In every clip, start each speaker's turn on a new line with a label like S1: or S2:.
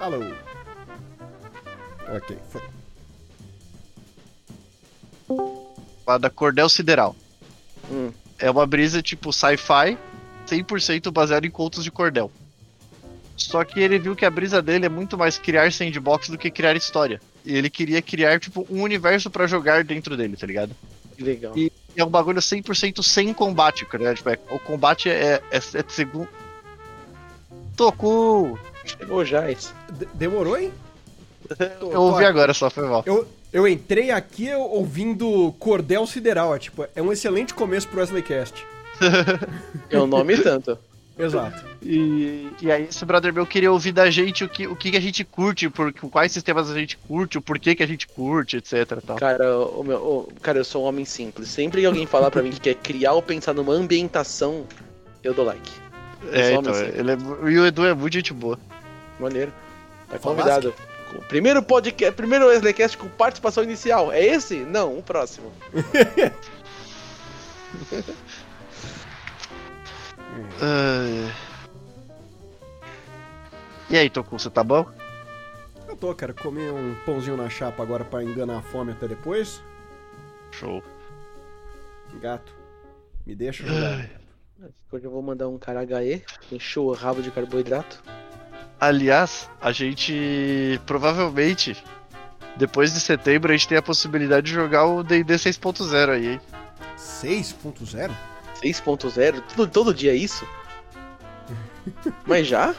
S1: Alô. Ok, foi.
S2: Lá da Cordel Sideral.
S3: Hum.
S2: É uma brisa tipo sci-fi, 100% baseado em contos de cordel. Só que ele viu que a brisa dele é muito mais criar sandbox do que criar história. E ele queria criar, tipo, um universo pra jogar dentro dele, tá ligado?
S3: Que legal.
S2: E- E é um bagulho 100% sem combate, cara. Tipo, é- o combate é, é, é segundo. Toku!
S3: Chegou já isso.
S1: De- demorou, hein? Tô- tô
S2: Eu ouvi
S1: aqui.
S2: agora só, foi mal.
S1: Eu, eu entrei aqui eu- ouvindo Cordel Sideral. É, tipo, é um excelente começo pro Wesley Cast.
S3: É o nome e tanto.
S1: Exato.
S2: E, e aí esse brother meu queria ouvir da gente o que, o que que a gente curte, por, quais sistemas a gente curte, o porquê que a gente curte, etc. Tal.
S3: Cara, o meu, o- cara, eu sou um homem simples. Sempre que alguém falar pra mim que quer criar ou pensar numa ambientação, eu dou like.
S2: É,
S3: só
S2: então,
S3: me
S2: ele é mu- e o Edu é muito gente boa.
S3: Maneiro. Tá convidado. O Primeiro podcast, primeiro Wesleycast com participação inicial. É esse? Não, o próximo.
S2: Ah. E aí, Toku, você tá bom?
S1: Eu tô, cara, comi um pãozinho na chapa agora pra enganar a fome até depois.
S2: Show.
S1: Gato, me deixa jogar.
S3: Hoje eu vou mandar um cara HE, encher o rabo de carboidrato.
S2: Aliás, a gente provavelmente, depois de setembro, a gente tem a possibilidade de jogar o D&D 6.0 aí, hein?
S1: 6.0?
S3: 6.0, todo, todo dia é isso? Mas já?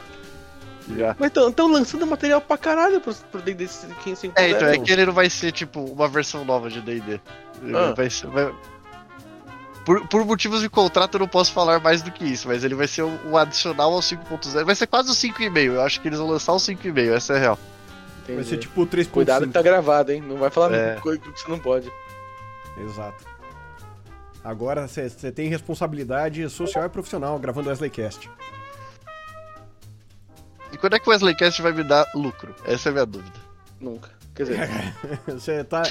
S2: Já.
S3: Mas estão lançando material pra caralho pro, pro D&D 5.0.
S2: É, então é que ele não vai ser tipo uma versão nova de DD.
S3: Ah.
S2: Vai ser- vai- Por, por motivos de contrato eu não posso falar mais do que isso, mas ele vai ser um, um adicional ao 5.0. Vai ser quase o 5,5. Eu acho que eles vão lançar o 5,5, essa é a real.
S1: Vai ser
S3: Entendi.
S1: tipo o 3.5.
S3: Cuidado que tá gravado, hein? Não vai falar
S2: É.
S3: coisa que você não pode.
S1: Exato. Agora você tem responsabilidade social e profissional gravando Wesley Cast.
S2: E quando é que o Wesleycast vai me dar lucro? Essa é a minha dúvida.
S3: Nunca. Quer dizer,
S1: Você tá.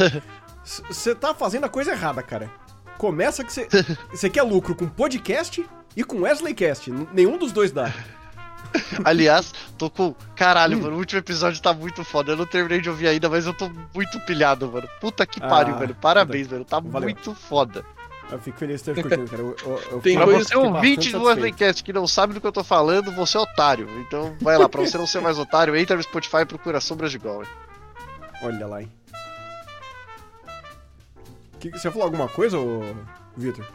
S1: Você tá fazendo a coisa errada, cara. Começa que você. Você quer lucro com podcast e com Wesley Cast. N- Nenhum dos dois dá.
S2: Aliás, tô com.
S1: Hum.
S2: Caralho, mano, o último episódio tá muito foda. Eu não terminei de ouvir ainda, mas eu tô muito pilhado, mano. Puta que
S1: Ah,
S2: pariu, velho. Parabéns, velho. Tá
S1: Valeu.
S2: muito foda.
S1: Eu fico feliz de ter curtindo, cara. Eu, eu, eu
S3: Tem
S2: Pra
S1: fico
S3: coisa-
S2: você é um
S1: bastante
S2: ouvinte do
S1: satisfeito.
S2: Wesleycast que não sabe do que eu tô falando, você é otário. Então vai lá, pra você não ser mais otário, entra no Spotify e procura Sombras de Golem.
S1: Olha lá, hein. Que- Você falou alguma coisa, ô, Vitor?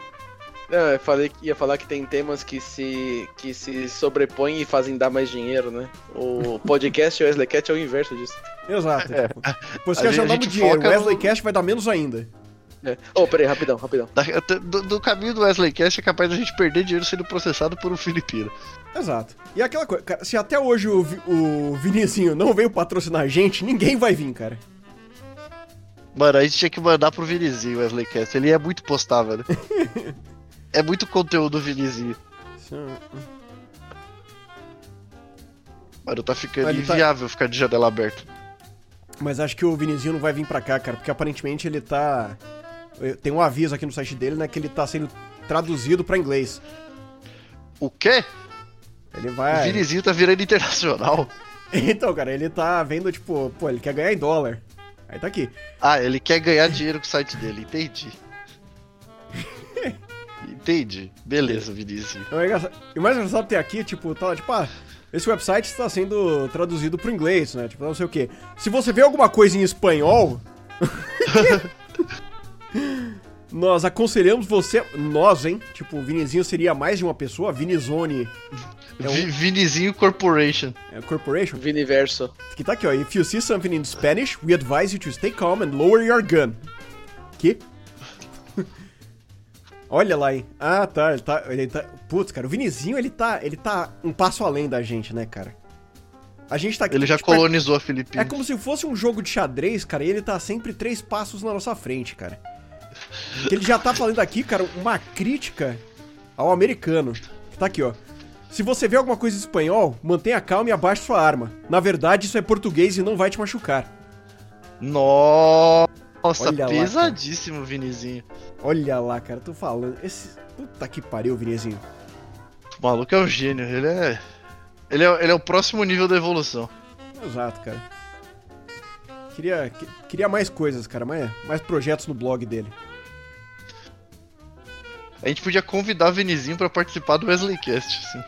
S3: não, eu falei que ia falar que tem temas que se, que se sobrepõem e fazem dar mais dinheiro, né? O podcast e o Wesleycat é o inverso disso.
S1: Exato. Tipo,
S2: É.
S1: Você
S2: A
S1: quer
S2: gente-
S1: já
S2: a
S1: dá muito
S2: gente
S1: dinheiro.
S2: foca
S1: Wesley
S2: no-
S1: Cast vai dar menos ainda.
S3: É. Oh, peraí, rapidão, rapidão.
S2: Da- Do, do caminho do Wesleycast é capaz da gente perder dinheiro sendo processado por um filipino.
S1: Exato. E aquela coisa, cara, se até hoje o, Vi- o Vinicinho não veio patrocinar a gente, ninguém vai vir, cara.
S2: Mano, a gente tinha que mandar pro Vinizinho o Wesleycast. Ele é muito postável, né? É muito conteúdo Vinizinho.
S1: é um-
S2: Mano, tá ficando
S1: Ele tá-
S2: inviável ficar de janela aberta.
S1: Mas acho que o Vinizinho não vai vir pra cá, cara, porque aparentemente ele tá. Tem um aviso aqui no site dele, né, que ele tá sendo traduzido pra inglês.
S2: O quê?
S1: Ele
S2: O
S1: vai.
S2: Vinizinho tá virando internacional.
S1: Então, cara, ele tá vendo, tipo, pô, ele quer ganhar em dólar. Aí tá aqui.
S2: Ah, ele quer ganhar dinheiro com o site dele, entendi. Entendi. Beleza, Vinizinho.
S1: Então, é engraçado- E o mais engraçado tem aqui, tipo, tá lá, tipo, ah, esse website está sendo traduzido pro inglês, né? Tipo, não sei o quê. Se você vê alguma coisa em espanhol. nós aconselhamos você. Nós, hein? Tipo, o Vinizinho seria mais de uma pessoa, Vinizone É um-
S2: Vi- Vinizinho Corporation.
S1: é, Corporation.
S3: Viniverso.
S1: Que tá aqui, ó. If you see something in Spanish, we advise you to stay calm and lower your gun. Que? Olha lá, hein? Ah, tá, ele tá, ele tá... Putz, cara, o Vinizinho, ele tá, ele tá um passo além da gente, né, cara? A gente tá aqui...
S2: Ele já
S1: tipo, é-
S2: colonizou a
S1: É
S2: Filipina.
S1: como se fosse um jogo de xadrez, cara, e ele tá sempre três passos na nossa frente, cara. Que ele já tá falando aqui, cara, uma crítica ao americano. Que tá aqui, ó. Se você vê alguma coisa em espanhol, mantenha calma e abaixe sua arma. Na verdade, isso é português e não vai te machucar.
S2: Nossa,
S1: Olha lá,
S2: pesadíssimo, Vinizinho.
S1: Olha lá, cara, tô falando. Esse. Puta que pariu, Vinizinho.
S2: O maluco é um gênio. Ele é... ele é. Ele é o próximo nível da evolução.
S1: Exato, cara. Queria, que- queria mais coisas, cara, mas mais projetos no blog dele.
S2: A gente podia convidar o Vinizinho pra participar do Wesleycast, assim.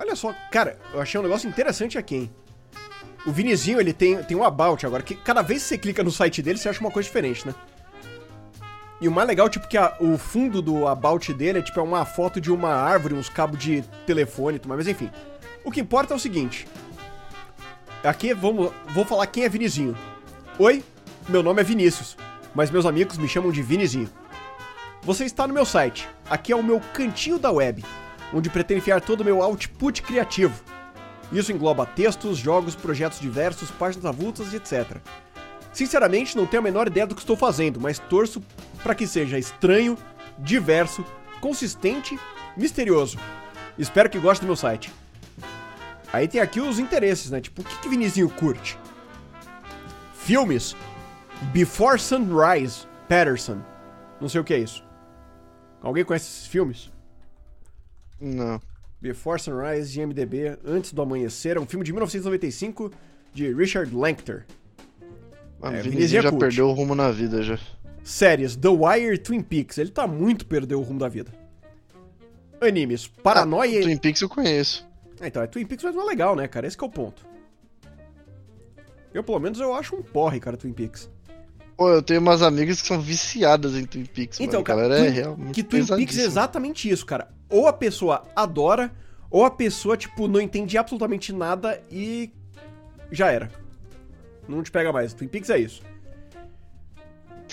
S1: Olha só, cara, eu achei um negócio interessante aqui, hein? O Vinizinho, ele tem, tem um about agora, que cada vez que você clica no site dele, você acha uma coisa diferente, né? E o mais legal, tipo, que a- o fundo do about dele é, tipo, é uma foto de uma árvore, uns cabos de telefone e tudo mais, mas enfim. O que importa é o seguinte. Aqui, vamos, vou falar quem é Vinizinho. Oi, meu nome é Vinícius, mas meus amigos me chamam de Vinizinho. Você está no meu site. Aqui é o meu cantinho da web, onde pretendo enfiar todo o meu output criativo. Isso engloba textos, jogos, projetos diversos, páginas avulsas e etc. Sinceramente, não tenho a menor ideia do que estou fazendo, mas torço para que seja estranho, diverso, consistente, misterioso. Espero que goste do meu site. Aí tem aqui os interesses, né? Tipo, o que, que Vinizinho curte? Filmes. Before Sunrise, Patterson. Não sei o que é isso. Alguém conhece esses filmes?
S2: Não.
S1: Before Sunrise, de MDB, Antes do Amanhecer, é um filme de 1995 de Richard Lankter.
S2: Mano,
S1: É,
S2: o
S1: Vinizinho é
S2: Vinizinho já
S1: cult.
S2: perdeu o rumo na vida já.
S1: Séries The Wire e Twin Peaks. Ele tá muito perdeu o rumo da vida. Animes Paranoia. e-
S2: Twin Peaks eu conheço.
S1: Ah, então, é Twin Peaks, mas não é legal, né, cara? Esse que é o ponto. Eu, pelo menos, eu acho um porre, cara, Twin Peaks.
S2: Pô, eu tenho umas amigas que são viciadas em Twin Peaks,
S1: Então,
S2: mano.
S1: cara,
S2: galera é
S1: Twin-
S2: realmente
S1: que Twin Peaks é
S2: pesadíssima.
S1: exatamente isso, cara. Ou a pessoa adora, ou a pessoa, tipo, não entende absolutamente nada e já era. Não te pega mais. Twin Peaks é isso.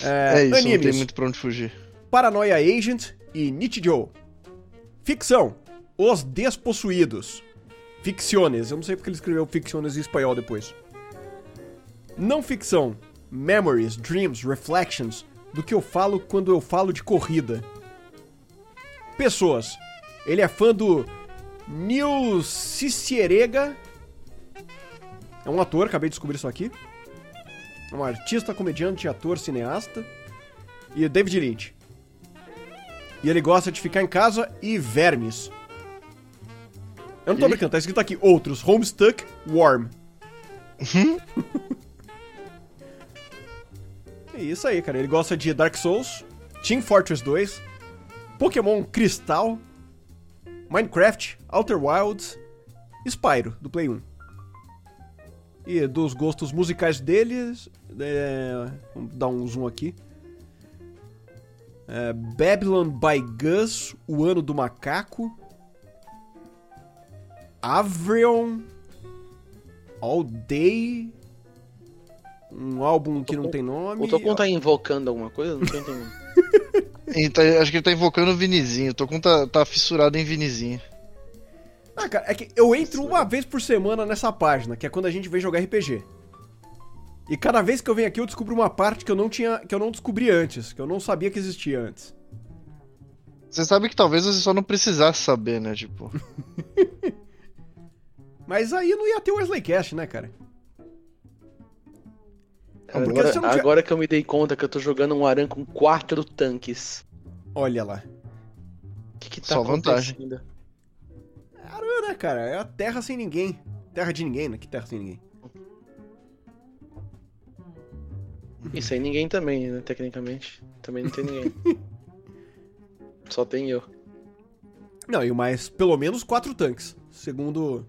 S2: É isso, não tem
S1: animes.
S2: muito pra onde fugir.
S1: Paranoia Agent e Nichijou. Ficção. Os Despossuídos. Ficciones. Eu não sei porque ele escreveu Ficciones em espanhol depois. Não ficção. Memories, Dreams, Reflections. Do que eu falo quando eu falo de corrida. Pessoas. Ele é fã do Neil Cicerega. É um ator, acabei de descobrir isso aqui. É um artista, comediante, ator, cineasta. E David Lynch. E ele gosta de ficar em casa e vermes. Eu não tô
S2: E?
S1: brincando, tá escrito aqui outros. Homestuck, Worm. é isso aí, cara. Ele gosta de Dark Souls, Team Fortress 2, Pokémon Cristal, Minecraft, Outer Wilds, Spyro, do Play 1. E dos gostos musicais deles. É... Vamos dar um zoom aqui. É, Babylon by Gus, O Ano do Macaco. Avrion. All Day. Um álbum que não tem nome.
S3: O Tocon tá invocando alguma coisa? Não tô entendendo.
S2: Ele tá- acho que ele tá invocando o Vinizinho. O Tocum tá, tá fissurado em Vinizinho.
S1: Ah, cara, é que eu entro uma vez por semana nessa página, que é quando a gente vem jogar RPG. E cada vez que eu venho aqui eu descubro uma parte que eu não tinha, que eu não descobri antes, que eu não sabia que existia antes.
S2: Você sabe que talvez você só não precisasse saber, né? Tipo.
S1: Mas aí não ia ter o Wesleycast, né, cara? Não, porque você
S3: Agora,
S1: não tinha-
S3: agora que eu me dei conta que eu tô jogando um aran com quatro tanques.
S1: Olha lá.
S3: O que, que tá
S2: Só vantagem.
S3: acontecendo?
S1: Aru, né, cara? É a terra sem ninguém. Terra de ninguém, né? Que terra sem ninguém?
S3: Isso aí ninguém também, né? Tecnicamente. Também não tem ninguém. Só tem eu.
S1: Não, e mais pelo menos quatro tanques, segundo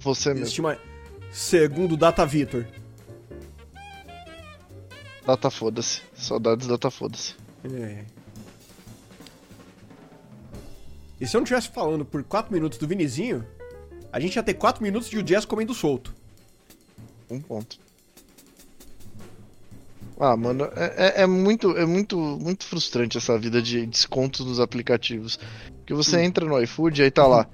S2: Você É mesmo.
S1: estima... segundo Data Vitor.
S2: Data foda-se. Saudades, data foda-se.
S1: É. E se eu não estivesse falando por 4 minutos do Vinizinho, a gente ia ter 4 minutos de o Jazz comendo solto.
S2: Um ponto. Ah, mano, é, é- é muito, é muito, muito frustrante essa vida de descontos nos aplicativos. Porque você entra no iFood e aí tá lá,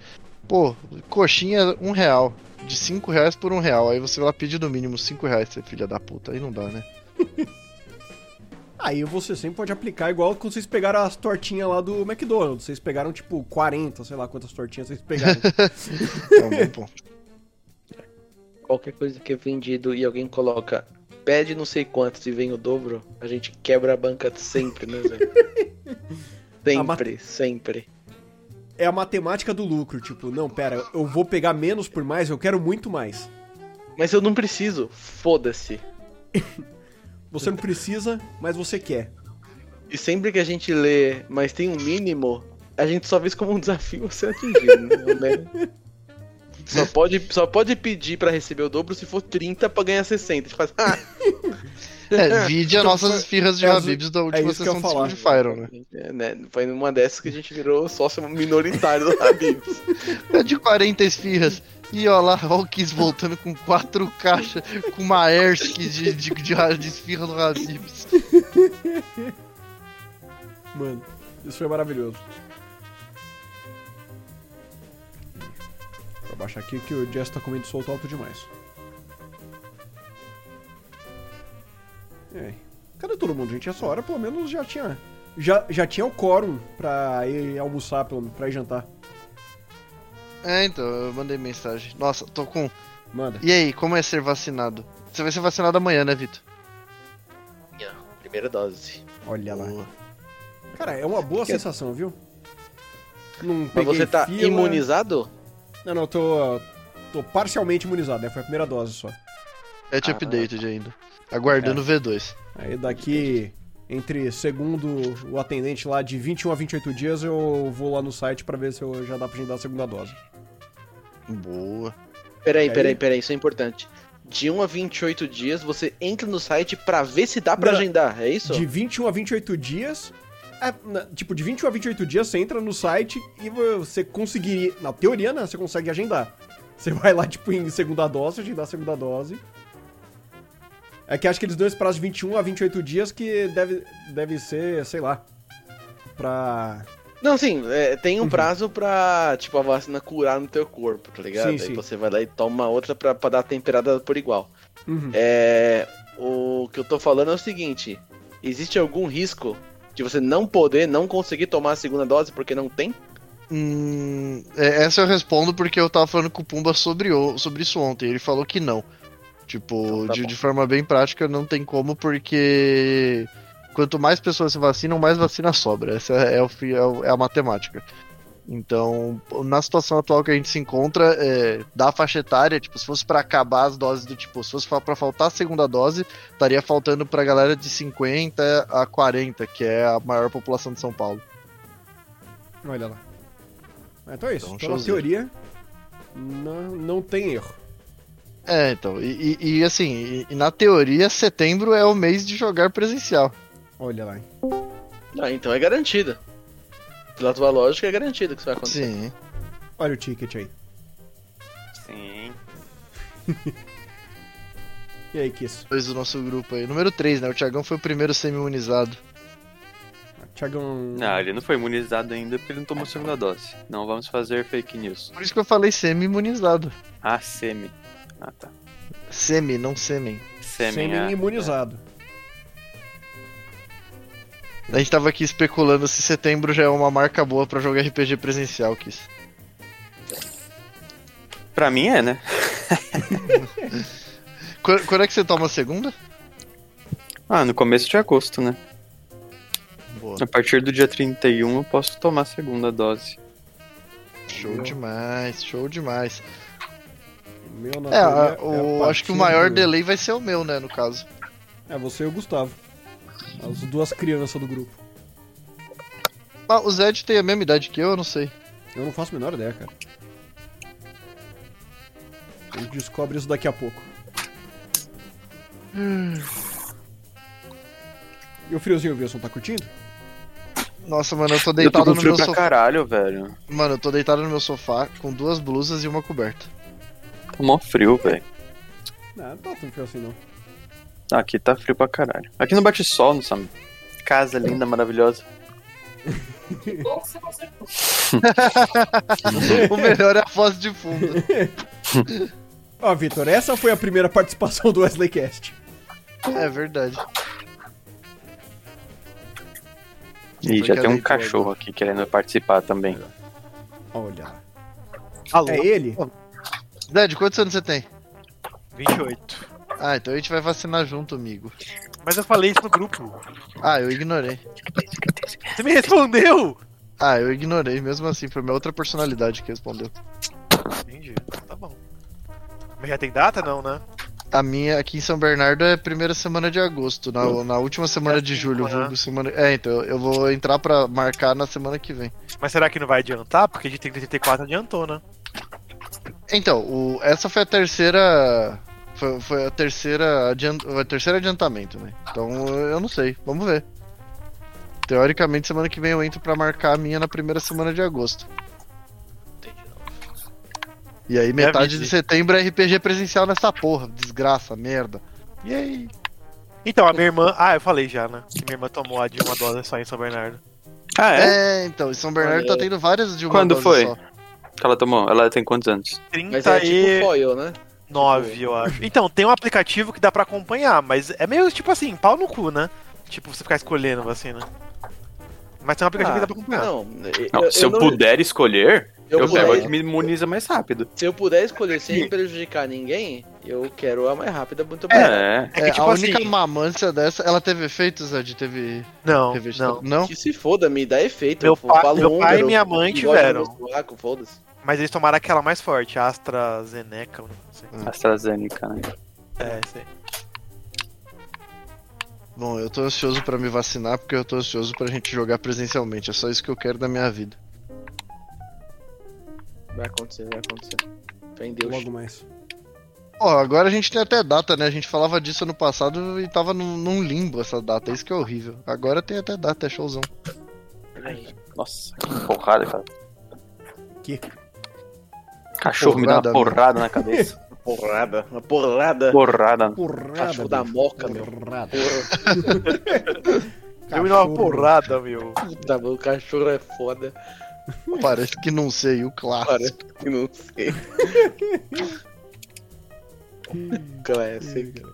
S2: pô, coxinha um real, de cinco reais por um real. Aí você vai lá pedir no mínimo cinco reais, você é filha da puta, aí não dá, né?
S1: Aí você sempre pode aplicar igual quando vocês pegaram as tortinhas lá do McDonald's. Vocês pegaram tipo 40, sei lá quantas tortinhas vocês pegaram.
S2: É um bom ponto.
S3: Qualquer coisa que é vendido e alguém coloca pede não sei quantos e vem o dobro, a gente quebra a banca sempre, né, velho?
S1: Ah, mas-
S3: Sempre, sempre.
S1: é a matemática do lucro. Tipo, não, pera, eu vou pegar menos por mais, eu quero muito mais.
S3: Mas eu não preciso. Foda-se.
S1: Você não precisa, mas você quer.
S3: E sempre que a gente lê, mas tem um mínimo, a gente só vê isso como um desafio a ser atingido, né? Só pode, só pode pedir pra receber o dobro se for 30 pra ganhar 60. A gente faz, ah,
S2: É, vide as nossas esfirras de
S1: é,
S2: Habibs da última
S1: isso que eu
S2: sessão
S1: ia
S2: de
S1: falar.
S2: Spirit Fire, né?
S3: é, né? Foi numa dessas que a gente virou sócio minoritário do Habibs.
S2: É de 40 esfirras. E ó lá, ó o Kiss voltando com quatro caixas, com uma Ersk de, de, de, ra- de esfirra do Habibs.
S1: Mano, isso foi maravilhoso. Vou abaixar aqui que o Jess tá comendo solto alto demais. E aí? Cadê todo mundo, gente? Essa hora pelo menos já tinha. Já, já tinha o quórum pra ir almoçar, pelo menos, pra ir jantar.
S2: É, então, eu mandei mensagem. Nossa, tô com.
S1: Manda.
S2: E aí, como é ser vacinado? Você vai ser vacinado amanhã, né, Vitor?
S3: Primeira dose.
S1: Olha lá. Cara, é uma boa sensação, viu? Não
S3: Mas
S1: peguei
S3: você tá
S1: fila.
S3: imunizado?
S1: Não, não, eu tô. tô parcialmente imunizado, né? Foi a primeira dose só.
S2: Pet updated ainda. Aguardando o V2.
S1: Aí daqui, entre segundo o atendente lá de 21 a 28 dias, eu vou lá no site pra ver se eu já dá pra gente dar a segunda dose.
S2: Boa.
S3: Peraí,
S1: Aí.
S3: peraí, peraí, isso é importante. De 1 a 28 dias, você entra no site pra ver se dá pra
S1: Não.
S3: agendar, é isso?
S1: De 21 a 28 dias. é, na- tipo, de 21 a 28 dias você entra no site e você conseguiria. Na teoria, né? Você consegue agendar. Você vai lá, tipo, em segunda dose, agendar a segunda dose. É que acho que eles dão esse prazo de 21 a 28 dias que deve, deve ser, sei lá. Pra.
S3: Não, sim, é, tem
S1: Uhum.
S3: um prazo pra, tipo, a vacina curar no teu corpo, tá ligado?
S1: Sim,
S3: Aí
S1: sim.
S3: você vai lá e toma outra pra, pra dar a temperada por igual.
S1: Uhum.
S3: É. O que eu tô falando é o seguinte: existe algum risco de você não poder, não conseguir tomar a segunda dose porque não tem?
S2: Hum, é, essa eu respondo porque eu tava falando com o Pumba sobre, o- sobre isso ontem. Ele falou que não. Tipo,
S3: Então tá
S2: de,
S3: bom.
S2: de forma bem prática, não tem como, porque quanto mais pessoas se vacinam, mais vacina sobra. Essa é, o fi- é o- é a matemática. Então, na situação atual que a gente se encontra, é, da faixa etária, tipo, se fosse pra acabar as doses do tipo, se fosse fa- pra faltar a segunda dose, estaria faltando pra galera de 50 a 40, que é a maior população de São Paulo.
S1: Olha lá. Então é isso.
S2: Então,
S1: Então, na
S2: showzinho.
S1: teoria, não, não tem erro.
S2: É, então, e, e- e, assim, e- e na teoria, setembro é o mês de jogar presencial.
S1: Olha lá. hein.
S3: Ah, então é garantido. Pela tua lógica, é garantido que isso vai acontecer.
S2: Sim.
S1: Olha o ticket aí.
S4: Sim.
S1: E aí, Kiss?
S2: Dois do nosso grupo aí. Número 3, né? O Thiagão foi o primeiro semi-imunizado.
S1: Tiagão.
S4: Não, Ah, ele não foi imunizado ainda porque ele não tomou a segunda dose. Não vamos fazer fake news.
S2: Por isso que eu falei semi-imunizado.
S4: Ah, semi. Ah, tá.
S2: Semi, não sêmen.
S4: Semi, ah.
S1: Semi-imunizado.
S2: A gente tava aqui especulando se setembro já é uma marca boa pra jogar RPG presencial, Kiss.
S4: Pra mim é, né?
S2: Qu- Quando é que você toma a segunda?
S4: Ah, no começo de agosto, né?
S2: Boa.
S4: A partir do dia 31 eu posso tomar a segunda dose.
S2: Show demais, show demais.
S1: O Meu na
S2: É,
S1: teoria,
S2: a-
S1: a
S2: o,
S1: partir
S2: acho que o maior
S1: do-
S2: delay vai ser o meu, né, no caso.
S1: É você e o Gustavo. As duas crianças do grupo.
S2: Ah, o Zed tem a mesma idade que eu, eu não sei.
S1: Eu não faço a menor ideia, cara. A gente descobre isso daqui a pouco.
S2: Hum.
S1: E o friozinho Wilson tá curtindo?
S2: Nossa, mano, eu tô
S4: eu tô
S2: deitado
S4: com
S2: no
S4: frio
S2: meu
S4: pra
S2: sofá.
S4: caralho, velho.
S2: Mano, eu tô deitado no meu sofá com duas blusas e uma coberta.
S4: Tá mó frio, velho.
S1: Não, não tá tão frio assim não.
S4: Aqui tá frio pra caralho. Aqui não bate sol, não sabe? Casa linda, maravilhosa.
S2: o melhor é a foto de fundo.
S1: Ó, Vitor, essa foi a primeira participação do Wesley Cast.
S2: É verdade.
S4: Ih,
S2: Porque
S4: já tem um
S2: deitou
S4: cachorro aqui querendo participar também.
S1: Olha lá.
S2: Alô.
S1: É ele?
S2: Zed, quantos anos você tem?
S5: 28.
S2: Ah, então a gente vai vacinar junto, amigo.
S5: Mas eu falei isso no grupo.
S2: Ah, eu ignorei.
S5: Você me respondeu!
S2: Ah, eu ignorei mesmo assim, foi minha outra personalidade que respondeu.
S5: Entendi. Tá bom. Mas já tem data não, né?
S2: A minha aqui em São Bernardo é primeira semana de agosto, na, na última semana
S5: É
S2: de
S5: cinco,
S2: julho,
S5: né?
S2: vulgo semana. É, então eu vou entrar pra marcar na semana que vem.
S5: Mas será que não vai adiantar? Porque a gente tem 34 adiantou, né?
S2: Então, o- essa foi a terceira. Foi, foi a terceira adian- o terceiro adiantamento, né? Então eu não sei, vamos ver. Teoricamente, semana que vem eu entro pra marcar a minha na primeira semana de agosto.
S5: Entendi.
S2: E aí, metade
S5: avise.
S2: de setembro é RPG presencial nessa porra, desgraça, merda. E aí?
S5: Então, a minha irmã. Ah, eu falei já, né? Que minha irmã tomou a de uma dose só em São Bernardo.
S4: Ah, é?
S2: É, então, e São Bernardo tá tendo várias de uma
S4: Quando
S2: dose
S4: foi?
S2: só. É.
S4: Que ela tomou? Ela tem quantos anos?
S3: Mas
S1: tá
S3: é tipo
S5: 39,
S3: foil, né?
S5: eu acho. Então, tem um aplicativo que dá pra acompanhar, mas é meio tipo assim, pau no cu, né? Tipo, você ficar escolhendo vacina. Mas tem um aplicativo que dá pra acompanhar.
S3: Ah, Não, eu-
S4: Não,
S3: eu,
S4: se eu,
S3: não-
S4: puder escolher, eu,
S3: eu
S4: pego a
S3: puder-
S4: que me imuniza mais rápido.
S3: Se eu puder escolher sem prejudicar ninguém, eu quero a mais rápida, muito obrigado.
S4: É.
S5: É que,
S2: É,
S5: tipo
S2: a única
S5: assim-
S2: mamância dessa, ela teve efeitos, Zed? Teve,
S5: Não,
S2: teve
S5: não.
S2: não?
S3: Que se foda, me dá efeito.
S5: Meu
S3: eu
S5: pai-
S3: falo
S5: meu pai e
S3: eu-
S5: minha mãe
S3: eu gosto de
S5: tiveram.
S3: meu sovaco, foda-se.
S5: Mas eles tomaram aquela mais forte, a AstraZeneca, eu não sei.
S4: AstraZeneca, né?
S5: É, sei.
S2: Bom, eu tô ansioso pra me vacinar porque eu tô ansioso pra gente jogar presencialmente. É só isso que eu quero da minha vida.
S3: Vai acontecer, vai acontecer. Fé em Deus.
S1: Logo mais.
S2: Ó, agora a gente tem até data, né? A gente falava disso ano passado e tava num, num limbo essa data. Isso que é horrível. Agora tem até data, é showzão.
S4: Nossa, que porrada, cara.
S1: Que?
S4: Cachorro me dá uma porrada na cabeça.
S3: Uma porrada. Uma porrada.
S4: porrada.
S1: Porrada.
S3: Cachorro da
S1: bicho.
S3: moca, meu.
S1: Porrada.
S3: Porra,
S5: Eu me dou uma
S1: Cachorro.
S5: porrada, meu.
S3: puta, meu cachorro é foda. Hum.
S2: Parece que não sei, o clássico.
S3: Parece que não sei. Classic.
S2: Ai,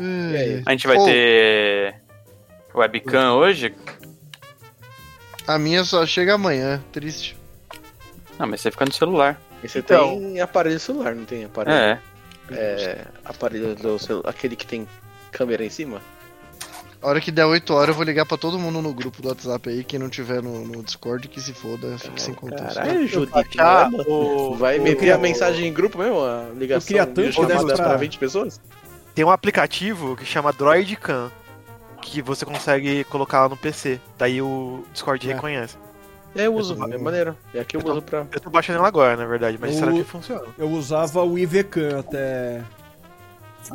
S3: E
S1: É,
S3: aí?
S4: A gente vai
S2: Ô.
S4: ter webcam hoje?
S2: A minha só chega amanhã, triste.
S4: Não, mas você fica no celular.
S3: E Você
S5: Então.
S3: tem aparelho celular, não tem aparelho?
S4: É.
S3: É, aparelho do celular, aquele que tem câmera em cima?
S2: A hora que der 8 horas eu vou ligar pra todo mundo no grupo do WhatsApp aí, quem não tiver no, no Discord, que se foda, fique sem contexto.
S3: É, Caralho, Judite,
S5: Ah,
S3: mano.
S5: o-
S3: né? Vai
S5: o-
S3: meter a mensagem em grupo mesmo? A ligação
S1: queria tanto
S3: videochamada
S1: dessa pra-
S3: pra 20 pessoas?
S5: Tem um aplicativo que chama DroidCam, que você consegue colocar lá no PC. Daí o Discord
S1: É.
S5: reconhece.
S3: É, eu uso,
S1: Eu tô-
S3: é maneiro. É aqui eu uso pra.
S5: Eu tô baixando ela agora, na verdade, mas
S1: O-
S5: será que funciona?
S1: Eu usava o IVCAM até.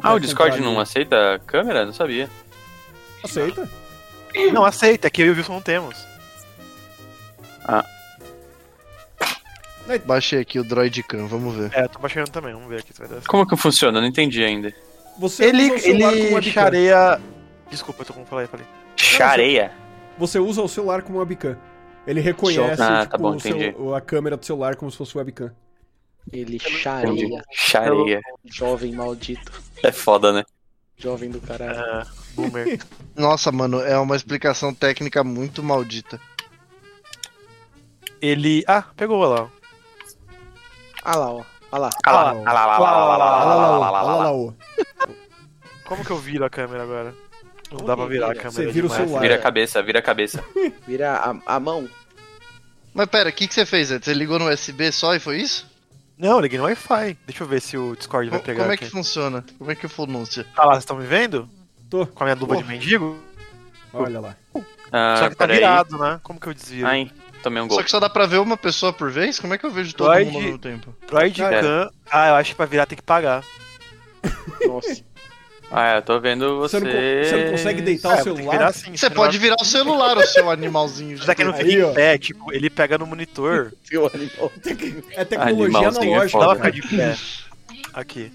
S4: Ah, o
S1: até
S4: Discord
S1: comprar
S4: não
S1: ele.
S4: aceita a câmera? Não sabia.
S1: Aceita?
S5: Não, aceita, é que eu e o Wilson não temos.
S2: Baixei aqui o Droidcam, vamos ver.
S5: É, eu tô baixando também, vamos ver aqui se vai dar certo.
S4: Como que funciona? Eu não entendi ainda.
S1: Você
S5: Ele,
S1: usa o celular com
S5: ele
S1: webcam.
S5: chareia. Desculpa, eu tô com um falei, falei.
S4: Chareia.
S1: Você usa o celular como webcam. Ele reconhece
S4: Ah,
S1: tipo,
S4: tá bom,
S1: o seu-
S4: entendi.
S1: a câmera do celular como se fosse webcam.
S3: Ele
S4: Entendi.
S3: chareia.
S4: Chareia.
S3: Jovem maldito.
S4: É foda, né?
S3: Jovem do caralho.
S5: Ah, boomer.
S2: Nossa, mano, é uma explicação técnica muito maldita.
S5: ele. Ah, pegou lá. ó.
S3: Ah lá, ó. Ah lá.
S4: Ah lá, ah lá, ah lá, ah lá, ah lá, ah lá, ah lá, ah lá, ah lá, ah lá.
S1: ó.
S5: Como que eu viro a câmera agora? Não
S3: Como
S5: dá
S3: que
S5: pra virar a
S3: vira?
S5: câmera.
S1: Você vira o
S5: demais.
S1: celular.
S4: Vira a cabeça, vira a cabeça.
S3: Vira a, a mão.
S2: Mas pera, o que, que você fez, Zed? Você ligou no USB só e foi isso?
S5: Não, eu liguei no Wi-Fi. Deixa eu ver se o Discord vai
S2: Co-
S5: pegar
S2: Como é
S5: aqui.
S2: que funciona? Como é que pronuncia?
S5: Ah lá, vocês estão me vendo?
S1: Tô.
S5: Com a minha luva de mendigo?
S1: Olha lá.
S5: Só
S4: Ah,
S5: que tá
S4: peraí.
S5: virado, né? Como que eu desvio?
S4: Ai, tomei um gol.
S2: Só que só dá pra ver uma pessoa por vez? Como é que eu vejo todo
S5: Droid-
S2: mundo ao mesmo tempo?
S4: é.
S5: Droidcam. Ah, eu acho que pra virar tem que pagar.
S3: Nossa.
S4: Ah, eu tô vendo
S1: Você
S4: você.
S1: não con- você não consegue deitar
S5: Ah,
S1: Tá o
S5: eu vou ter que
S1: celular? É
S5: virar assim.
S2: Você
S5: senão-
S2: pode virar o celular, o seu animalzinho. de
S5: Mas é que não
S1: Aí,
S5: fica
S1: ó.
S5: em pé, tipo, ele pega no monitor,
S3: Seu animal.
S1: É tecnologia
S4: Animalzinho é
S1: analógica.
S4: foda,
S5: dá pra
S1: cara.
S5: ficar de pé. Aqui.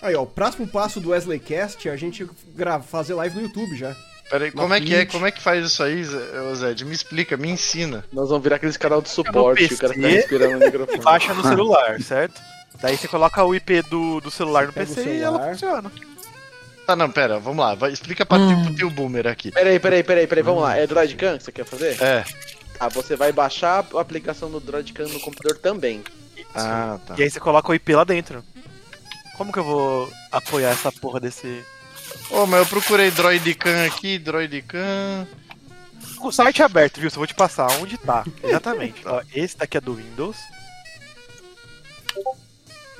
S1: Aí, ó, o próximo passo do Wesleycast é a gente gra- fazer live no YouTube já.
S2: Peraí, como é que é? Como é que faz isso aí, Zé- ô, Zed? Me explica, me ensina.
S3: Nós vamos virar aqueles canal de suporte. O cara tá respirando no microfone.
S5: Baixa no celular, certo? Daí você coloca o IP do, do celular no
S1: Pega o
S5: PC e
S1: celular.
S5: ela funciona.
S2: Tá, não, pera, vamos lá. Vai, explica pra ti- pro teu boomer aqui.
S3: Peraí, peraí, peraí, peraí, vamos lá. É Droidcam que você quer fazer?
S2: É.
S3: Ah, você vai baixar a aplicação do Droidcam no computador também.
S2: Ah, tá.
S5: E aí você coloca o IP lá dentro. Como que eu vou apoiar essa porra desse.
S2: Ô, mas eu procurei Droidcam aqui, Droidcam.
S5: O site é aberto, viu? Só vou te passar onde tá. Exatamente. Ó, esse daqui é do Windows.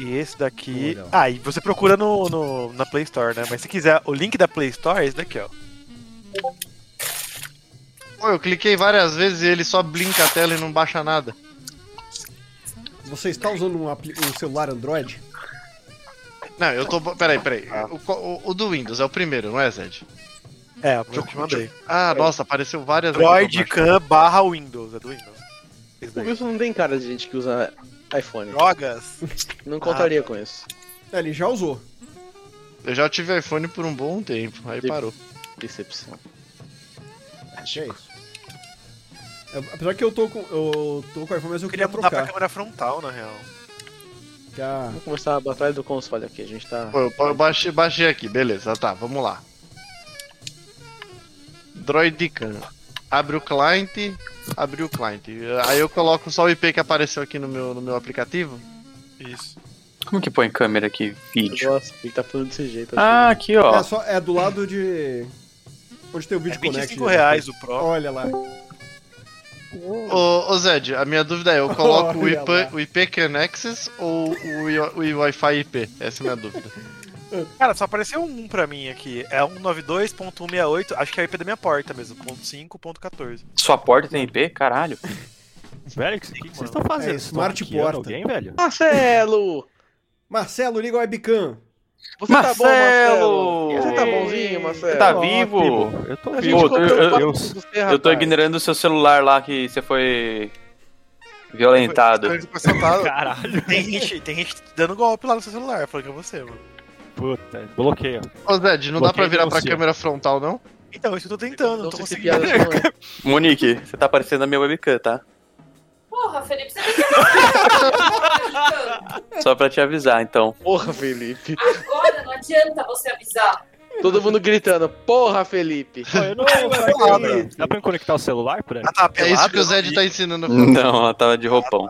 S5: E esse daqui.
S1: Olha lá.
S5: Ah, e você procura no, no- na Play Store, né? Mas se quiser, o link da Play Store é esse daqui, ó.
S2: Pô, eu cliquei várias vezes e ele só blinca a tela e não baixa nada.
S1: Você está usando um, apli- um celular Android?
S2: Não, eu tô. Peraí, peraí. O, qual- o- o do Windows é o primeiro, não é, Zed?
S5: É, eu te mandei.
S2: Ah, nossa, apareceu várias vezes.
S5: Droidcam barra Windows, é do Windows. Esse
S3: O
S5: daí.
S3: Wilson não tem cara de gente que usa iPhone.
S5: Drogas.
S3: Não
S5: Ah.
S3: contaria com isso.
S1: É, ele já usou.
S2: Eu já tive iPhone por um bom tempo, aí parou.
S3: Decepção.
S1: É isso. É, Apesar que eu tô com. Eu tô com o iPhone, mas eu
S5: Eu queria
S1: queria
S5: mudar pra
S1: trocar.
S5: câmera frontal, na real.
S1: que a-
S3: Vamos começar a batalha do console aqui, a gente tá.
S2: Pô, eu, eu baixei, baixei aqui, beleza, tá, vamos lá. Droidcam. Abre o client, abre o client. Aí eu coloco só o IP que apareceu aqui no meu, no meu aplicativo.
S5: Isso.
S4: Como que põe câmera aqui? Vídeo.
S3: Nossa, ele tá falando desse jeito.
S4: Ah, aqui, ó.
S1: É, só, é do lado de. Onde tem o
S5: É
S1: vídeo
S5: 25 reais o Pro.
S1: Olha lá.
S2: Ô, ô Zed, a minha dúvida é, eu coloco o
S1: Olha
S2: IP,
S1: lá.
S2: o IP Can Access ou o, I- o I- Wi-Fi IP? Essa é a minha dúvida.
S5: Cara, só apareceu um pra mim aqui. É 192.168, acho que é o IP da minha porta mesmo. Ponto .5, ponto .14.
S4: Sua porta tem IP? Caralho.
S6: Velho, o que que vocês estão
S1: É,
S6: fazendo? Vocês tão
S1: smart
S6: hackeando
S1: porta.
S6: Alguém, velho?
S3: Marcelo!
S1: Marcelo, liga o webcam.
S3: Você tá bom, Marcelo? Você
S4: Marcelo!
S3: tá bonzinho, Marcelo?
S4: Você tá
S6: Ó,
S4: vivo?
S6: Pibo, Eu tô
S3: A
S4: Pô,
S6: vivo.
S3: gente
S4: eu tô-
S6: Eu,
S3: comprou
S4: eu-
S3: quatro
S6: eu-
S3: do você,
S4: Eu tô
S3: rapaz.
S4: ignorando o seu celular lá que você foi violentado.
S5: Foi- foi
S6: tá-
S5: assaltado.
S6: Caralho.
S5: Tem gente, tem gente dando golpe lá no seu celular, falando que é você, mano.
S6: Puta, bloqueia.
S2: Ô Zed, não dá
S6: Bloqueio
S2: pra virar pra
S6: denuncia.
S2: câmera frontal, não?
S5: Então, isso eu tô tentando, não
S3: Não
S5: tô
S3: sei se
S5: conseguindo.
S3: piada são-
S4: Monique, você tá aparecendo na minha webcam, tá?
S7: Porra, Felipe, você tem que avisar.
S4: Só pra te avisar, então.
S3: Porra, Felipe.
S7: Agora não adianta você avisar.
S3: Todo mundo gritando, porra, Felipe.
S6: Pô, eu não- Dá pra eu conectar o celular por aí?
S5: Ah, tá,
S2: É isso que o Zed
S5: não
S2: tá ensinando.
S4: Não, ela tava de roupão.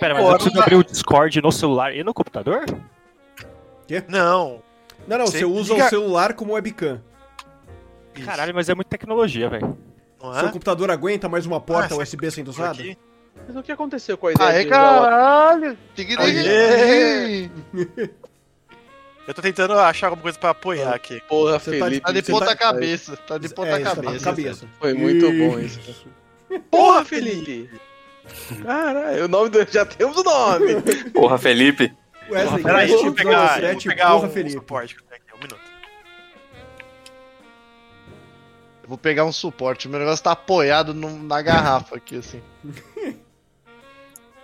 S6: Pera, mas eu
S5: Porra,
S6: preciso abrir o Discord no celular e no computador?
S5: vi. Não.
S1: Não, não,
S5: Você
S1: você usa
S5: liga-
S1: o celular como webcam.
S5: Isso.
S6: Caralho, mas é muita tecnologia, velho.
S5: não
S1: Seu tá
S5: é?
S1: computador aguenta mais uma porta
S5: Ah,
S1: USB sendo
S5: Por
S1: usada?
S5: aqui?
S3: Mas o Ah, é que aconteceu com a ideia
S2: Aê,
S3: de
S2: caralho!
S5: Aê! Eu tô tentando achar alguma coisa pra apoiar aqui.
S3: Porra,
S1: Você tá
S3: Felipe?
S2: Tá de
S1: Você
S2: ponta
S1: tá-
S2: cabeça, tá de ponta
S1: isso, tá
S2: cabeça.
S1: cabeça.
S3: Foi muito bom isso. né? Porra, Felipe! Caralho, o nome do... Já temos o nome!
S4: Porra, Felipe.
S1: Wesley,
S5: Peraí,
S1: Crest,
S5: deixa eu pegar, eu
S1: 17,
S5: vou pegar
S1: porra,
S5: um
S1: Felipe.
S5: suporte que eu tenho aqui, um minuto.
S2: Eu Vou pegar um suporte, meu negócio tá apoiado num- na garrafa aqui, assim.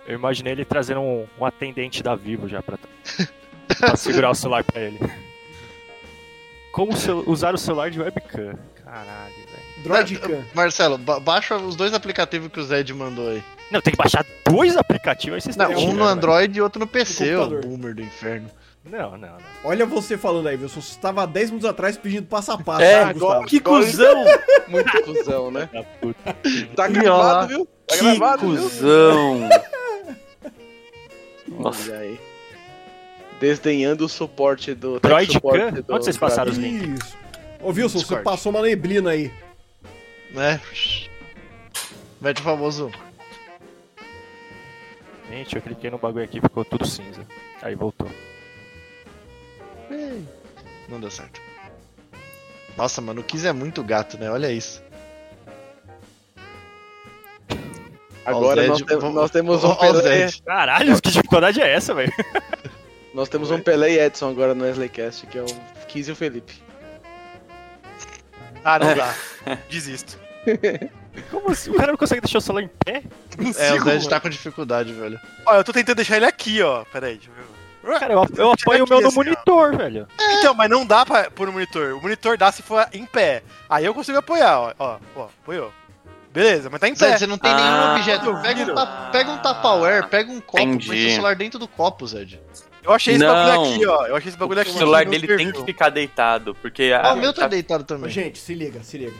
S6: Eu imaginei ele trazendo um, um atendente da Vivo já pra, pra segurar o celular pra ele. Como cel- usar o celular de webcam? Caralho, velho.
S1: Droidcam.
S2: Marcelo, ba- baixa os dois aplicativos que o Zed mandou aí.
S6: Não, tem que baixar dois aplicativos aí vocês
S2: Não,
S6: tão
S2: um
S6: tirando,
S2: no Android e outro no
S1: No
S2: PC, ô
S1: computador.
S2: boomer do inferno.
S6: velho. Não, não, não.
S1: Olha você falando aí, Wilson. Você estava há 10 minutos atrás pedindo passo a passo,
S4: É,
S1: né, Gustavo?
S4: Que cuzão!
S3: Muito cuzão, né?
S6: Da puta.
S3: Tá
S4: Ih, ó lá.
S3: gravado, viu? Tá
S4: Que
S3: gravado, viu?
S4: cuzão! Nossa,
S3: Olha aí. Desdenhando o suporte do...
S6: Droid
S3: suporte
S6: Khan? Onde vocês passaram? os links.
S1: Isso. Ô, Wilson, você
S2: Discord.
S1: passou uma neblina aí.
S2: Né? Mete o famoso.
S6: Gente, eu cliquei no bagulho aqui e ficou tudo cinza. Aí voltou.
S2: Não deu certo. Nossa, mano, o Kiz é muito gato, né? Olha isso. Ó,
S3: Agora
S2: o
S3: nós,
S2: Zed,
S3: temos-
S2: vamos-
S3: nós temos um
S2: Ó, o
S3: Pelé...
S2: Zed.
S6: Caralho, que dificuldade é essa, velho?
S3: Nós temos um Pelé e Edson agora no Wesleycast, que é o Kiz e o Felipe.
S5: Ah, não dá. Desisto.
S6: Como assim? O cara não consegue deixar o celular em pé?
S2: É, o Zed tá com dificuldade, velho.
S5: Ó, eu tô tentando deixar ele aqui, ó. Pera aí, deixa eu ver.
S6: Cara, eu, eu apoio o meu no
S5: Assim, ó.
S6: monitor, velho.
S5: Então, mas não dá pra pôr no monitor. O monitor dá se for em pé. Aí eu consigo apoiar, ó. Ó, ó apoiou. Beleza, mas tá em
S2: Zed,
S5: pé.
S2: você não tem nenhum
S4: Ah,
S2: objeto. Pega um, ta- pega um Tupperware, pega um copo, põe
S4: Entendi.
S2: seu celular dentro do copo, Zed.
S5: Eu achei esse
S4: Não.
S5: bagulho aqui, ó. Eu achei esse bagulho é
S4: o
S5: aqui.
S4: celular
S5: no
S4: dele tem
S5: perfil.
S4: que ficar deitado, porque...
S2: Ah,
S4: a-
S2: o meu tá deitado
S1: Mas,
S2: também.
S1: Gente, se liga, se liga.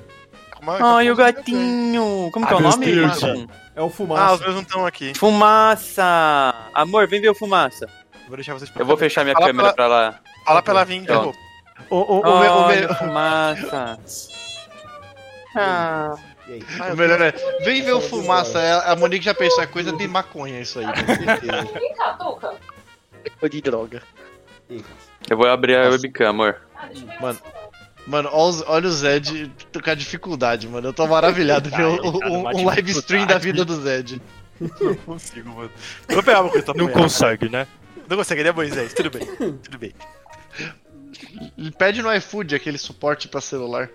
S5: Calma aí,
S4: Ai, Ah, o
S5: calma aí.
S4: gatinho! Como que é
S6: Ah,
S4: o nome?
S6: meu Deus.
S4: Marcão?
S1: É o
S5: Ah, os
S1: fumaça.
S5: meus não estão aqui.
S4: Fumaça! Amor, vem ver o fumaça.
S5: Vou deixar vocês
S4: Eu vou fechar minha
S5: Fala
S4: câmera pra lá.
S5: Fala pra ela vir de
S4: Ó.
S5: novo. O, o, o,
S4: Olha,
S5: o,
S4: fumaça! Ah,
S1: E aí?
S2: O melhor é, vem ver o fumaça. é, A Monique já pensou, é coisa de maconha isso aí, né? com certeza.
S7: Vem cá, Tuca.
S3: Foi de droga.
S4: eu vou abrir a webcam, amor.
S7: Ah, deixa eu pegar
S2: Mano.
S7: esse celular.
S2: Mano, olha os- olha o Zed com a dificuldade, mano. Eu tô maravilhado de ver um, um, um live stream da vida do Zed.
S5: Não consigo, mano. Vou pegar uma coisa, tô
S6: Não
S5: apanhando.
S6: consegue, né?
S5: Não consegue, ele é Moisés. Tudo bem, tudo bem.
S2: Ele pede no iFood aquele suporte pra celular.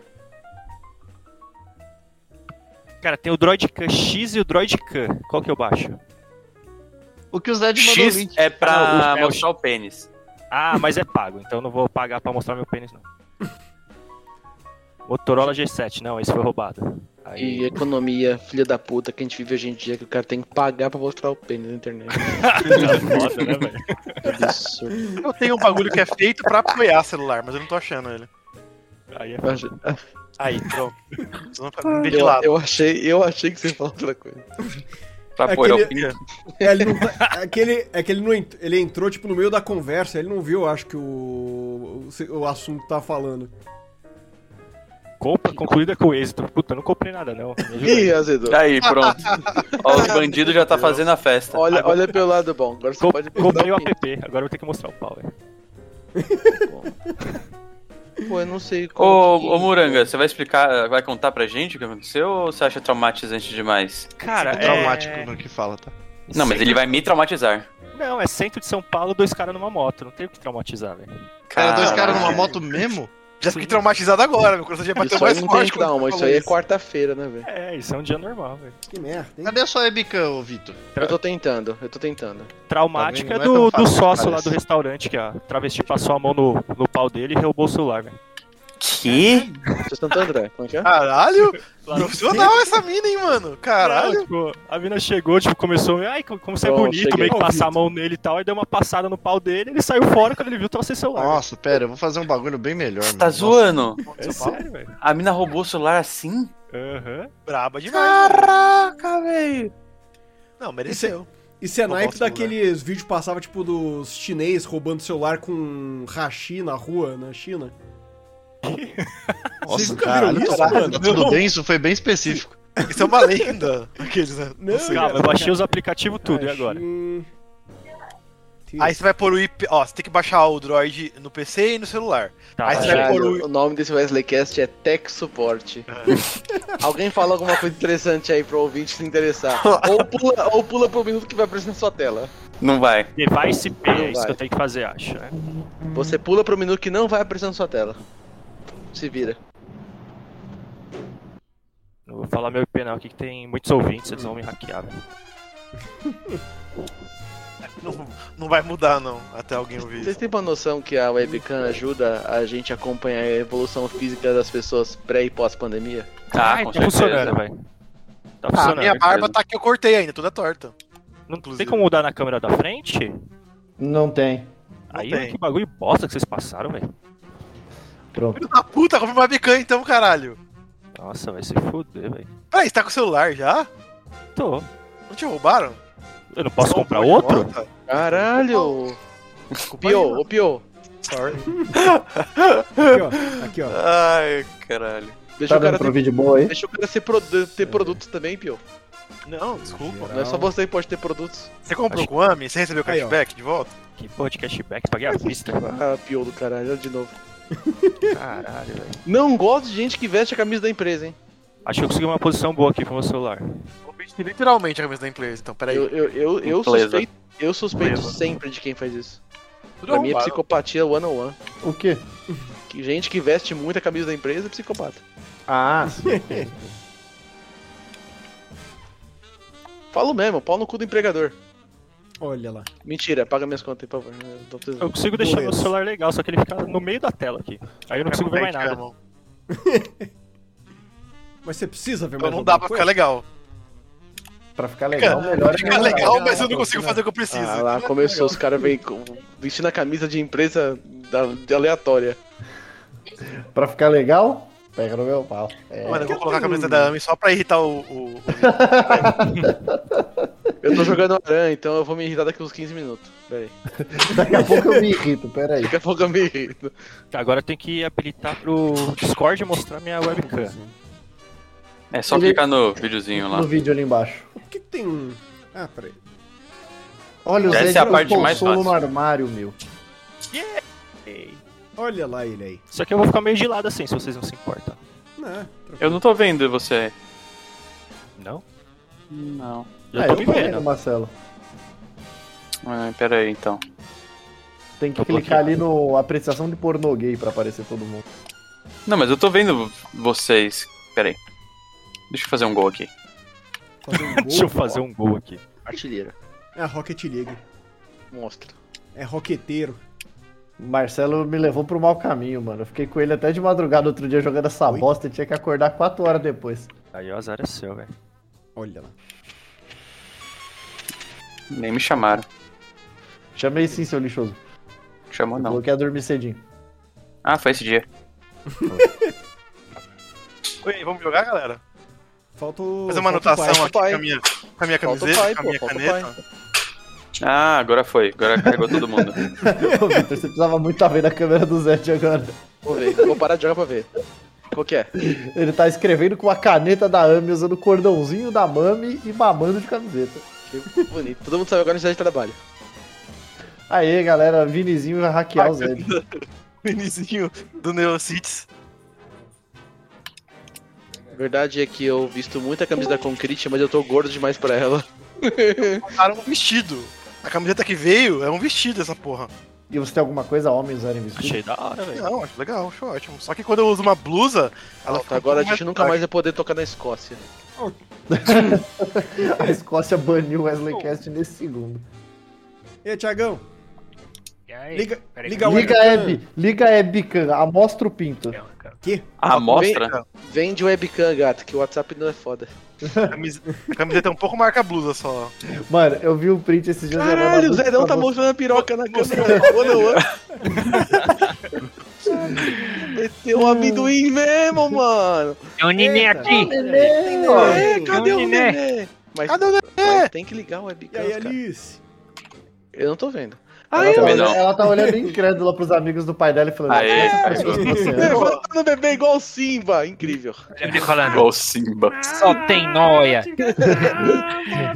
S6: Cara, tem o Droid K X e o Droid K. Qual que eu baixo?
S2: O que o Zed mandou o
S4: X
S2: link.
S4: é pra
S6: Ah, o-
S4: mostrar o pênis.
S6: Ah, mas é pago, então eu não vou pagar pra mostrar meu pênis, não. Motorola G7, não, esse foi roubado.
S3: E
S6: Aí, é
S3: economia, filha da puta, que a gente vive hoje em dia, que o cara tem que pagar pra mostrar o pênis na internet.
S6: foda, né, velho?
S3: Absurdo.
S5: Eu tenho um bagulho que é feito pra apoiar celular, mas eu não tô achando ele.
S6: Aí é
S3: Eu achei-
S5: Aí, pronto. Vocês vão ficar bem Tá de
S3: Eu,
S5: lado.
S3: eu achei, eu achei que você falou outra coisa.
S4: Pra
S1: É
S4: apoiar o
S1: aquele-
S4: pinto.
S1: É, ele não tá- é que ele, é que ele, não ent- ele entrou, tipo, no meio da conversa, ele não viu, acho que o, o, se- o assunto tá falando.
S6: Compra concluída com êxito. Puta, eu não comprei nada, não. Me ajuda aí.
S3: Ih, azedou.
S4: Aí, pronto. Ó, os bandidos já tá fazendo a festa.
S3: Olha, olha pelo lado bom. Agora você
S6: Com-
S3: pode
S6: comprei o
S3: pinto.
S6: app, agora eu vou ter que mostrar o pau, velho.
S3: Pô, eu não sei como
S4: Ô,
S3: que-
S4: ô Muranga, você vai explicar, vai contar pra gente o que aconteceu ou você acha traumatizante demais?
S6: Cara, é...
S2: Traumático no que fala, tá?
S4: Não, mas ele vai me traumatizar.
S6: Não, é centro de São Paulo, dois caras numa moto. Não tem o que traumatizar, velho.
S2: Era dois
S4: Caralho.
S2: caras numa moto mesmo?
S5: Já fiquei traumatizado agora, meu coração já
S3: Isso
S5: bateu
S3: aí
S5: mais
S3: não tem
S5: forte. quando
S3: trauma,
S5: você
S3: isso
S5: falou
S3: aí é quarta-feira, né, velho?
S6: É, isso é um dia normal, velho.
S1: Que merda, hein?
S2: Cadê a sua webcam, ô Vitor?
S3: Eu tô tentando, eu tô tentando.
S6: Traumática
S2: Tá vendo? Não é
S6: do,
S2: tão
S6: do
S2: fácil,
S6: sócio lá
S2: parece.
S6: do restaurante, que a travesti passou a mão no, no pau dele e roubou o celular, velho.
S4: Que?
S3: Sou Santo André, como é que
S5: Ah,
S3: é?
S5: Caralho, profissional essa mina, hein, mano. Caralho.
S6: Não, tipo, a mina chegou, tipo, começou, ai, co- como você é
S3: Bom,
S6: bonito,
S3: cheguei
S6: meio que
S3: com o
S6: passar a mão nele e tal, aí deu uma passada no pau dele, ele saiu fora quando ele viu tava sem celular.
S2: Nossa, pera, eu vou fazer um bagulho bem melhor,
S4: Você
S2: mano.
S4: tá
S2: Nossa,
S4: zoando?
S6: é sério, velho.
S4: A mina roubou o celular assim?
S6: Aham.
S5: Braba demais. mano.
S4: Caraca, velho.
S5: Não, mereceu.
S1: E se é
S5: Roubar o
S1: naipe
S5: celular.
S1: daqueles vídeos que passava, tipo, dos chinês roubando celular com hashi na rua, na China? Vocês
S2: Nossa,
S1: nunca viram
S2: caralho,
S1: isso,
S2: caralho,
S1: mano?
S2: tá tudo bem, isso foi bem específico.
S5: Isso é uma lenda. Aqueles, né?
S1: Não,
S5: sei.
S6: Calma, eu baixei os aplicativos tudo, e
S1: Hashi-
S6: agora?
S5: Aí você vai pôr o IP. Ó, você tem que baixar o Droid no PC e no celular.
S6: Tá,
S5: Aí você vai pôr
S3: Caralho,
S5: o.
S3: o nome desse Wesleycast é Tech Suporte. Alguém fala alguma coisa interessante aí pro ouvinte se interessar. Ou pula, ou pula pro minuto que vai aparecer na sua tela.
S4: Não vai.
S6: device P, é isso
S3: Vai.
S6: que eu tenho que fazer, acho, né?
S3: Você pula pro minuto que não vai aparecer na sua tela. Se vira.
S6: Não vou falar meu IP não, aqui que tem muitos ouvintes, eles vão me hackear, velho.
S5: Não, não vai mudar, não, até alguém ouvir.
S3: Vocês
S5: isso.
S3: têm uma noção que a webcam ajuda a gente a acompanhar a evolução física das pessoas pré e pós-pandemia?
S4: Ah, com
S6: tá funcionando,
S4: certeza.
S6: velho. Tá
S5: Ah,
S6: funcionando.
S5: minha barba
S4: certeza.
S5: tá que eu cortei ainda, toda torta.
S6: Não tem
S5: inclusive.
S6: como mudar na câmera da frente?
S8: Não tem.
S6: Aí,
S5: tem.
S6: olha que bagulho bosta que vocês passaram, velho.
S8: Pronto.
S5: Filho da puta, compra uma webcam então, caralho.
S6: Nossa, vai se fuder, velho.
S5: Peraí, você tá com o celular já?
S6: Tô.
S5: Não te roubaram?
S6: Eu não posso
S5: Só um
S6: comprar
S5: de
S6: outro?
S5: volta?
S3: Caralho! Pio, ô Pio,
S5: Sorry.
S1: Aqui, ó. Aqui, ó.
S4: Ai, caralho.
S3: deixa
S8: Tá
S3: o cara ter,
S8: dando pro vídeo boa aí?
S3: deixa o cara ser produ- ter produtos também, Pio.
S5: Não, desculpa.
S3: É. Não é só você que pode ter produtos.
S5: Você comprou
S6: Acho-
S5: com o AMI? Você recebeu o
S1: Aí, ó.
S5: cashback de volta?
S6: Que porra de cashback? Paguei à vista.
S3: Ah, Pio do caralho, olha de novo.
S6: Caralho, velho.
S3: Não gosto de gente que veste a camisa da empresa, hein?
S6: Acho que eu consegui uma posição boa aqui pro meu celular.
S5: O bicho tem literalmente a camisa da empresa, então, peraí.
S3: Eu, eu, eu, eu
S4: Empresa.
S3: suspeito, eu suspeito sempre de quem faz isso.
S5: Tudo
S3: Pra mim é
S5: arrombado.
S3: psicopatia one on one.
S8: O quê?
S3: Que gente que veste muito a camisa da empresa é psicopata.
S8: Ah,
S3: Falo mesmo, pau no cu do empregador.
S1: Olha lá.
S3: Mentira, paga minhas contas aí, por favor. Eu não preciso-
S6: Eu consigo deixar meu
S1: Boleto.
S6: celular legal, só que ele fica no meio da tela aqui. Aí eu não consigo ver mais nada.
S5: Então
S1: Mas você precisa ver mais
S5: Então não dá pra
S1: alguma
S5: ficar legal.
S8: pra ficar legal,
S5: Fica-
S8: melhor é
S5: Fica
S8: comprar.
S5: legal, mas eu não consigo fazer o que eu preciso.
S3: Ah, lá começou, os caras vêm com- vestindo a camisa de empresa da, de aleatória.
S8: Pra ficar legal, pega no meu pau. É.
S5: Mano, eu vou colocar a camisa da AMI só pra irritar o. o- o-
S3: Eu tô jogando aranha, então eu vou me irritar daqui uns 15 minutos. Pera aí.
S8: Daqui a pouco eu me irrito, pera aí.
S3: Daqui a pouco eu me irrito.
S6: Agora eu tenho que habilitar pro Discord e mostrar minha webcam.
S4: É só
S8: Ele-
S4: clicar no videozinho lá.
S8: No vídeo ali embaixo.
S1: Por que tem um. Ah, peraí.
S8: Olha o
S4: Essa
S8: Zé
S4: é
S8: de
S4: a parte mais
S8: consolo no
S4: fácil.
S8: armário, meu.
S1: Olha lá ele aí.
S6: Só que eu vou ficar meio de lado assim, se vocês não se importam.
S1: Não,
S4: Eu não tô vendo você.
S6: Não?
S4: Não.
S6: Já
S8: É,
S6: tô me vendo.
S8: vendo, Marcelo.
S4: Ah, pera aí então.
S8: Tem que
S6: Eu tô
S8: clicar
S6: aqui.
S8: ali no apreciação de pornô gay pra aparecer todo mundo.
S4: Não, mas eu tô vendo vocês. Pera aí. Deixa eu fazer um gol aqui.
S1: fazer um gol.
S6: Deixa eu fazer um gol aqui.
S2: Artilheira.
S1: É a Rocket League.
S3: Monstro.
S1: É roqueteiro.
S8: Marcelo me levou pro mau caminho, mano. Eu fiquei com ele até de madrugada outro dia jogando essa
S1: Oi?
S8: bosta e tinha que acordar 4 horas depois.
S6: Aí o azar é seu, velho.
S1: Olha lá.
S4: Nem me chamaram.
S8: Chamei sim, seu lixoso.
S4: Chamou não.
S8: Falou que ia dormir cedinho.
S4: Ah, foi esse dia.
S5: Oi, vamos jogar, galera?
S1: Falta o.
S5: Fazer é uma
S1: falta o pai.
S5: anotação aqui com a minha, com a minha
S3: Falta o
S5: camiseta,
S3: pai,
S5: com a
S3: pô,
S5: minha
S3: falta o
S5: caneta.
S4: Ah, agora foi. Agora carregou todo mundo.
S8: Ô, Vitor, você precisava muito estar vendo a câmera do Zé de agora.
S3: Vou ver. Vou parar de jogar pra ver. Qual que é?
S8: Ele tá escrevendo com a caneta da AMI, usando o cordãozinho da Mami e mamando de camiseta.
S3: Que bonito. Todo mundo sabe agora onde está de trabalho.
S8: Aê, galera, Vinizinho vai hackear o Zé.
S5: O inizinho do Neocities.
S3: A verdade é que eu visto muita camisa da Concrete, mas eu tô gordo demais pra ela.
S5: Botaram um vestido. A camiseta que veio é um vestido, essa porra.
S8: E você tem alguma coisa, homem usarem vestido?
S6: Achei da hora, velho.
S5: Não, acho legal, acho ótimo. Só que quando eu uso uma blusa, ela
S3: Alta,
S5: fica
S3: agora a
S5: um pouco
S3: gente nunca
S5: mais
S3: mais vai poder tocar na Escócia.
S8: A Escócia baniu o Wesley Cast nesse segundo.
S1: E aí, Tiagão? Liga, liga,
S8: Liga
S1: o
S8: a Hebe, liga a Webcam, amostra o pinto.
S4: A amostra?
S3: Vende webcam, gato, que o WhatsApp não é foda.
S5: A camis- a camiseta é um pouco marca a blusa só.
S8: Mano, eu vi o print esses dias.
S3: Caralho, o Zedão tá
S8: morto.
S3: mostrando a piroca na câmera.
S8: é
S3: Boa, não. Meteu um amendoim mesmo, mano.
S9: É um neném aqui.
S3: É, cadê o
S9: Nenê.
S3: nenê? Mas,
S5: Cadê o nenê?
S3: mas tem que ligar o
S1: E
S3: webcam,
S1: aí,
S3: cara.
S1: Alice?
S3: Eu não tô vendo.
S8: Ela,
S3: Aí,
S8: tá
S4: também
S8: olhando,
S4: não.
S8: ela tá olhando incrédula pros amigos do pai dela e falando: né?"
S4: Aê,
S8: "Essas
S4: aê,
S8: pessoas
S4: aê.
S8: que você ama."
S3: levantando o bebê igual o Simba. Incrível.
S9: Ele tá falando,
S4: Igual o Simba.
S9: só tem noia.
S1: É,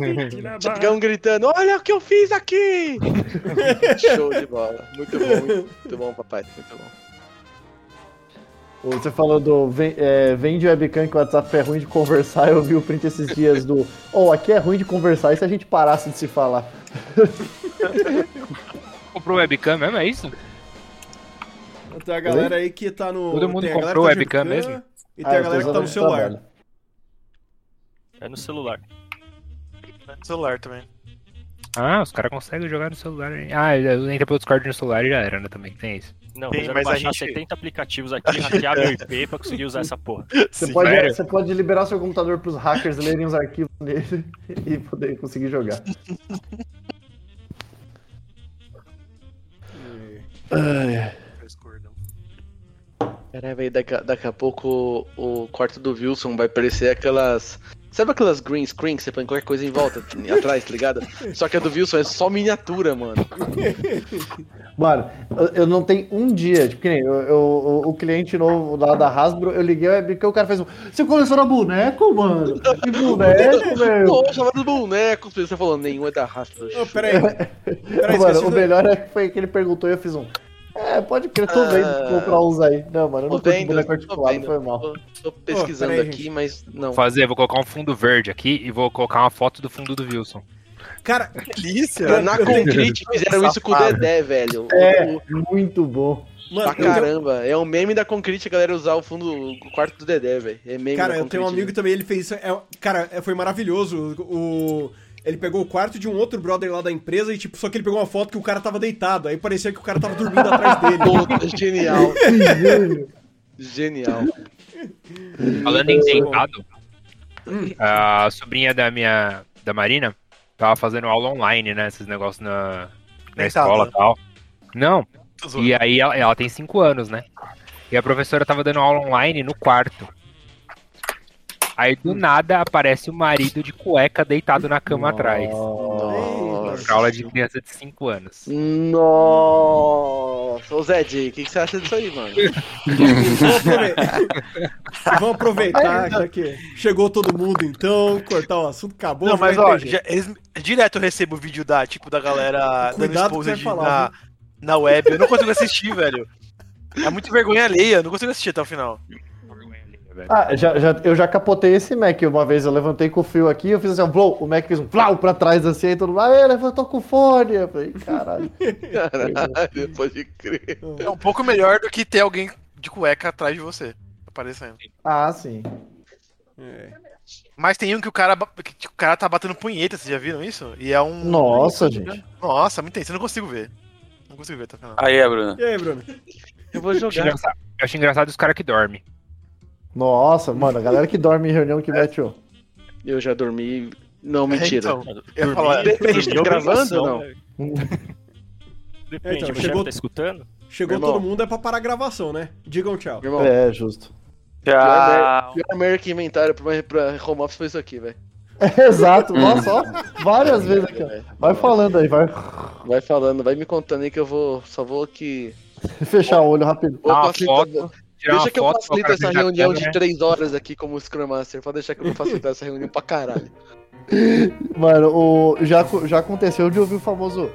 S3: Chegão gritando, olha o que eu fiz aqui! Show de bola. Muito bom, muito bom, papai. Muito bom.
S8: Você falou do ven- é, vende webcam que o WhatsApp é ruim de conversar. Eu vi o print esses dias do. Oh, aqui é ruim de conversar. E se a gente parasse de se falar?
S9: Comprou webcam mesmo, é isso?
S1: Tem a galera aí que tá no.
S9: Todo mundo
S1: tem a galera
S9: comprou
S1: que tá de
S9: webcam
S1: webcam,
S9: mesmo?
S1: E
S3: Ah,
S1: tem a
S8: Ah, eu tô
S1: galera que tá
S8: usando
S1: no
S8: de
S1: celular.
S8: trabalho.
S6: É no celular.
S5: né, No celular também.
S9: Ah, os caras conseguem jogar no celular. hein? Ah, entra pelo Discord no celular e já era, né? Também tem isso.
S6: Não,
S5: Tem,
S6: mas eu
S5: mas a
S6: baixar
S5: gente- é.
S6: 70 aplicativos aqui, hackear meu IP pra conseguir usar essa porra.
S8: Você,
S5: Sim.
S8: pode,
S9: Sério?
S8: você pode liberar seu computador pros hackers lerem os arquivos nele e poder conseguir jogar.
S3: Caralho, velho, daqui, a- daqui a pouco o, o quarto do Wilson vai parecer aquelas. Sabe aquelas green screen que você põe qualquer coisa em volta, atrás, tá ligado? Só que a do Wilson é só miniatura, mano.
S8: Mano, eu, eu não tenho um dia, tipo, que nem eu, eu- o- o cliente novo lá da Hasbro, eu liguei o webcam o cara fez um. Você coleciona boneco, mano? Que
S3: É,
S8: boneco, meu?
S3: Pô, chamada do boneco, você falou, nenhum é da raça.
S1: Ô, peraí. Peraí,
S8: mano,
S1: esqueci
S8: o
S1: do-
S8: melhor é que foi que ele perguntou e eu fiz um. É, pode crer, tô
S3: Ah.
S8: vendo comprar uns aí. Não, mano, eu não
S3: Tô
S8: curto
S3: vendo,
S8: boneco
S3: tô
S8: articulado, foi mal.
S3: vendo. Tô, tô pesquisando
S1: peraí,
S3: aqui, mas não.
S9: Vou fazer, vou colocar um fundo verde aqui e vou colocar uma foto do fundo do Wilson.
S1: Cara,
S5: Delícia!
S3: Na Concrete fizeram isso com o Dedé, velho.
S8: É.
S3: O-
S8: Muito bom.
S1: mano, então,
S3: Pra
S1: eu tenho-
S3: caramba, é um meme da Concrete a galera usar o fundo, o quarto do Dedé, velho. É meme
S1: Cara,
S3: da
S1: eu tenho um
S3: Concrete,
S1: amigo que também, ele fez isso. é, cara, é, foi maravilhoso. O, o- ele pegou o quarto de um outro brother lá da empresa e, tipo, só que ele pegou uma foto que o cara tava deitado. Aí parecia que o cara tava dormindo atrás
S3: né?
S1: dele.
S3: Puta, genial. genial.
S9: Falando
S5: Hum.
S9: em deitado, a sobrinha da minha, da Marina, tava fazendo aula online, né? Esses negócios na, na
S5: Deitada.
S9: escola e tal. Não,
S5: Tô zoando.
S9: E aí ela, ela tem 5 anos, né? E a professora tava dando aula online no quarto. Aí do
S3: Hum.
S9: nada aparece o marido de cueca deitado na cama atrás.
S8: Nossa.
S9: Pra aula de criança de 5 anos.
S3: Nossa. Nossa, ô Zed, o que, que você acha disso aí, mano?
S1: Vamos aproveitar, Vamos aproveitar que, que chegou todo mundo, então, cortar o assunto, acabou.
S5: Não,
S1: já
S5: mas
S1: vai
S5: ó,
S1: ter jeito.
S5: já- eles- direto eu recebo vídeo da, tipo, da galera dando
S1: Cuidado que você
S5: esposa
S1: vai falar,
S5: na, na web. Eu não consigo assistir, velho. É muito vergonha alheia, eu não consigo assistir até o final.
S8: Ah, já, já- eu já capotei esse Mac uma vez. Eu levantei com o fio aqui, eu fiz assim, ó, blow, o Mac fez um plau pra trás assim, aí todo mundo, ah, levantou com fone. Eu falei, caralho.
S3: Caralho, pode crer.
S5: É um pouco melhor do que ter alguém de cueca atrás de você, aparecendo.
S8: Ah, sim.
S1: É.
S5: Mas tem um que o cara, ba- que o cara tá batendo punheta, vocês já viram isso? E é um.
S8: Nossa, gente.
S5: Nossa, muito tenso, eu não consigo ver. Não consigo ver tá até o final.
S4: Aí é, Bruno.
S1: E aí, Bruno?
S3: Eu vou
S9: Eu acho
S3: jogar.
S9: engraçado- eu acho engraçado os caras que dormem.
S8: Nossa, mano, a galera que dorme em reunião que mete o.
S3: Eu já dormi.
S1: É,
S3: Não, mentira.
S5: Então, eu ia falar,
S3: Depende,
S6: Dormiu
S3: gravando ou não?
S1: né?
S6: obrigação, velho. Depende,
S1: Então,
S6: o chefe
S1: chegou-
S6: tá escutando?
S1: Chegou
S3: Meu irmão.
S1: todo mundo, é pra parar a gravação, né? Digam tchau.
S3: Meu irmão,
S8: É, justo.
S4: Tchau.
S3: pior merda que inventaram pra, pra home office foi isso aqui, velho.
S8: É, Exato, nossa, ó, várias vezes
S1: Então.
S8: aqui. ó. Vai falando aí, vai
S3: Vai falando, vai me contando aí que eu vou. Só vou que.
S8: fechar o olho rápido.
S3: Vou
S9: uma
S3: facilitar-
S9: foto, Tirar
S3: Deixa
S9: uma
S3: que eu
S9: foto,
S3: facilito
S9: colocar né?
S3: essa
S9: na
S3: reunião
S9: câmera.
S3: de três horas aqui como Scrum Master. Pode deixar que eu vou facilitar essa reunião pra caralho.
S8: Mano, o, já, co- já aconteceu de ouvir o famoso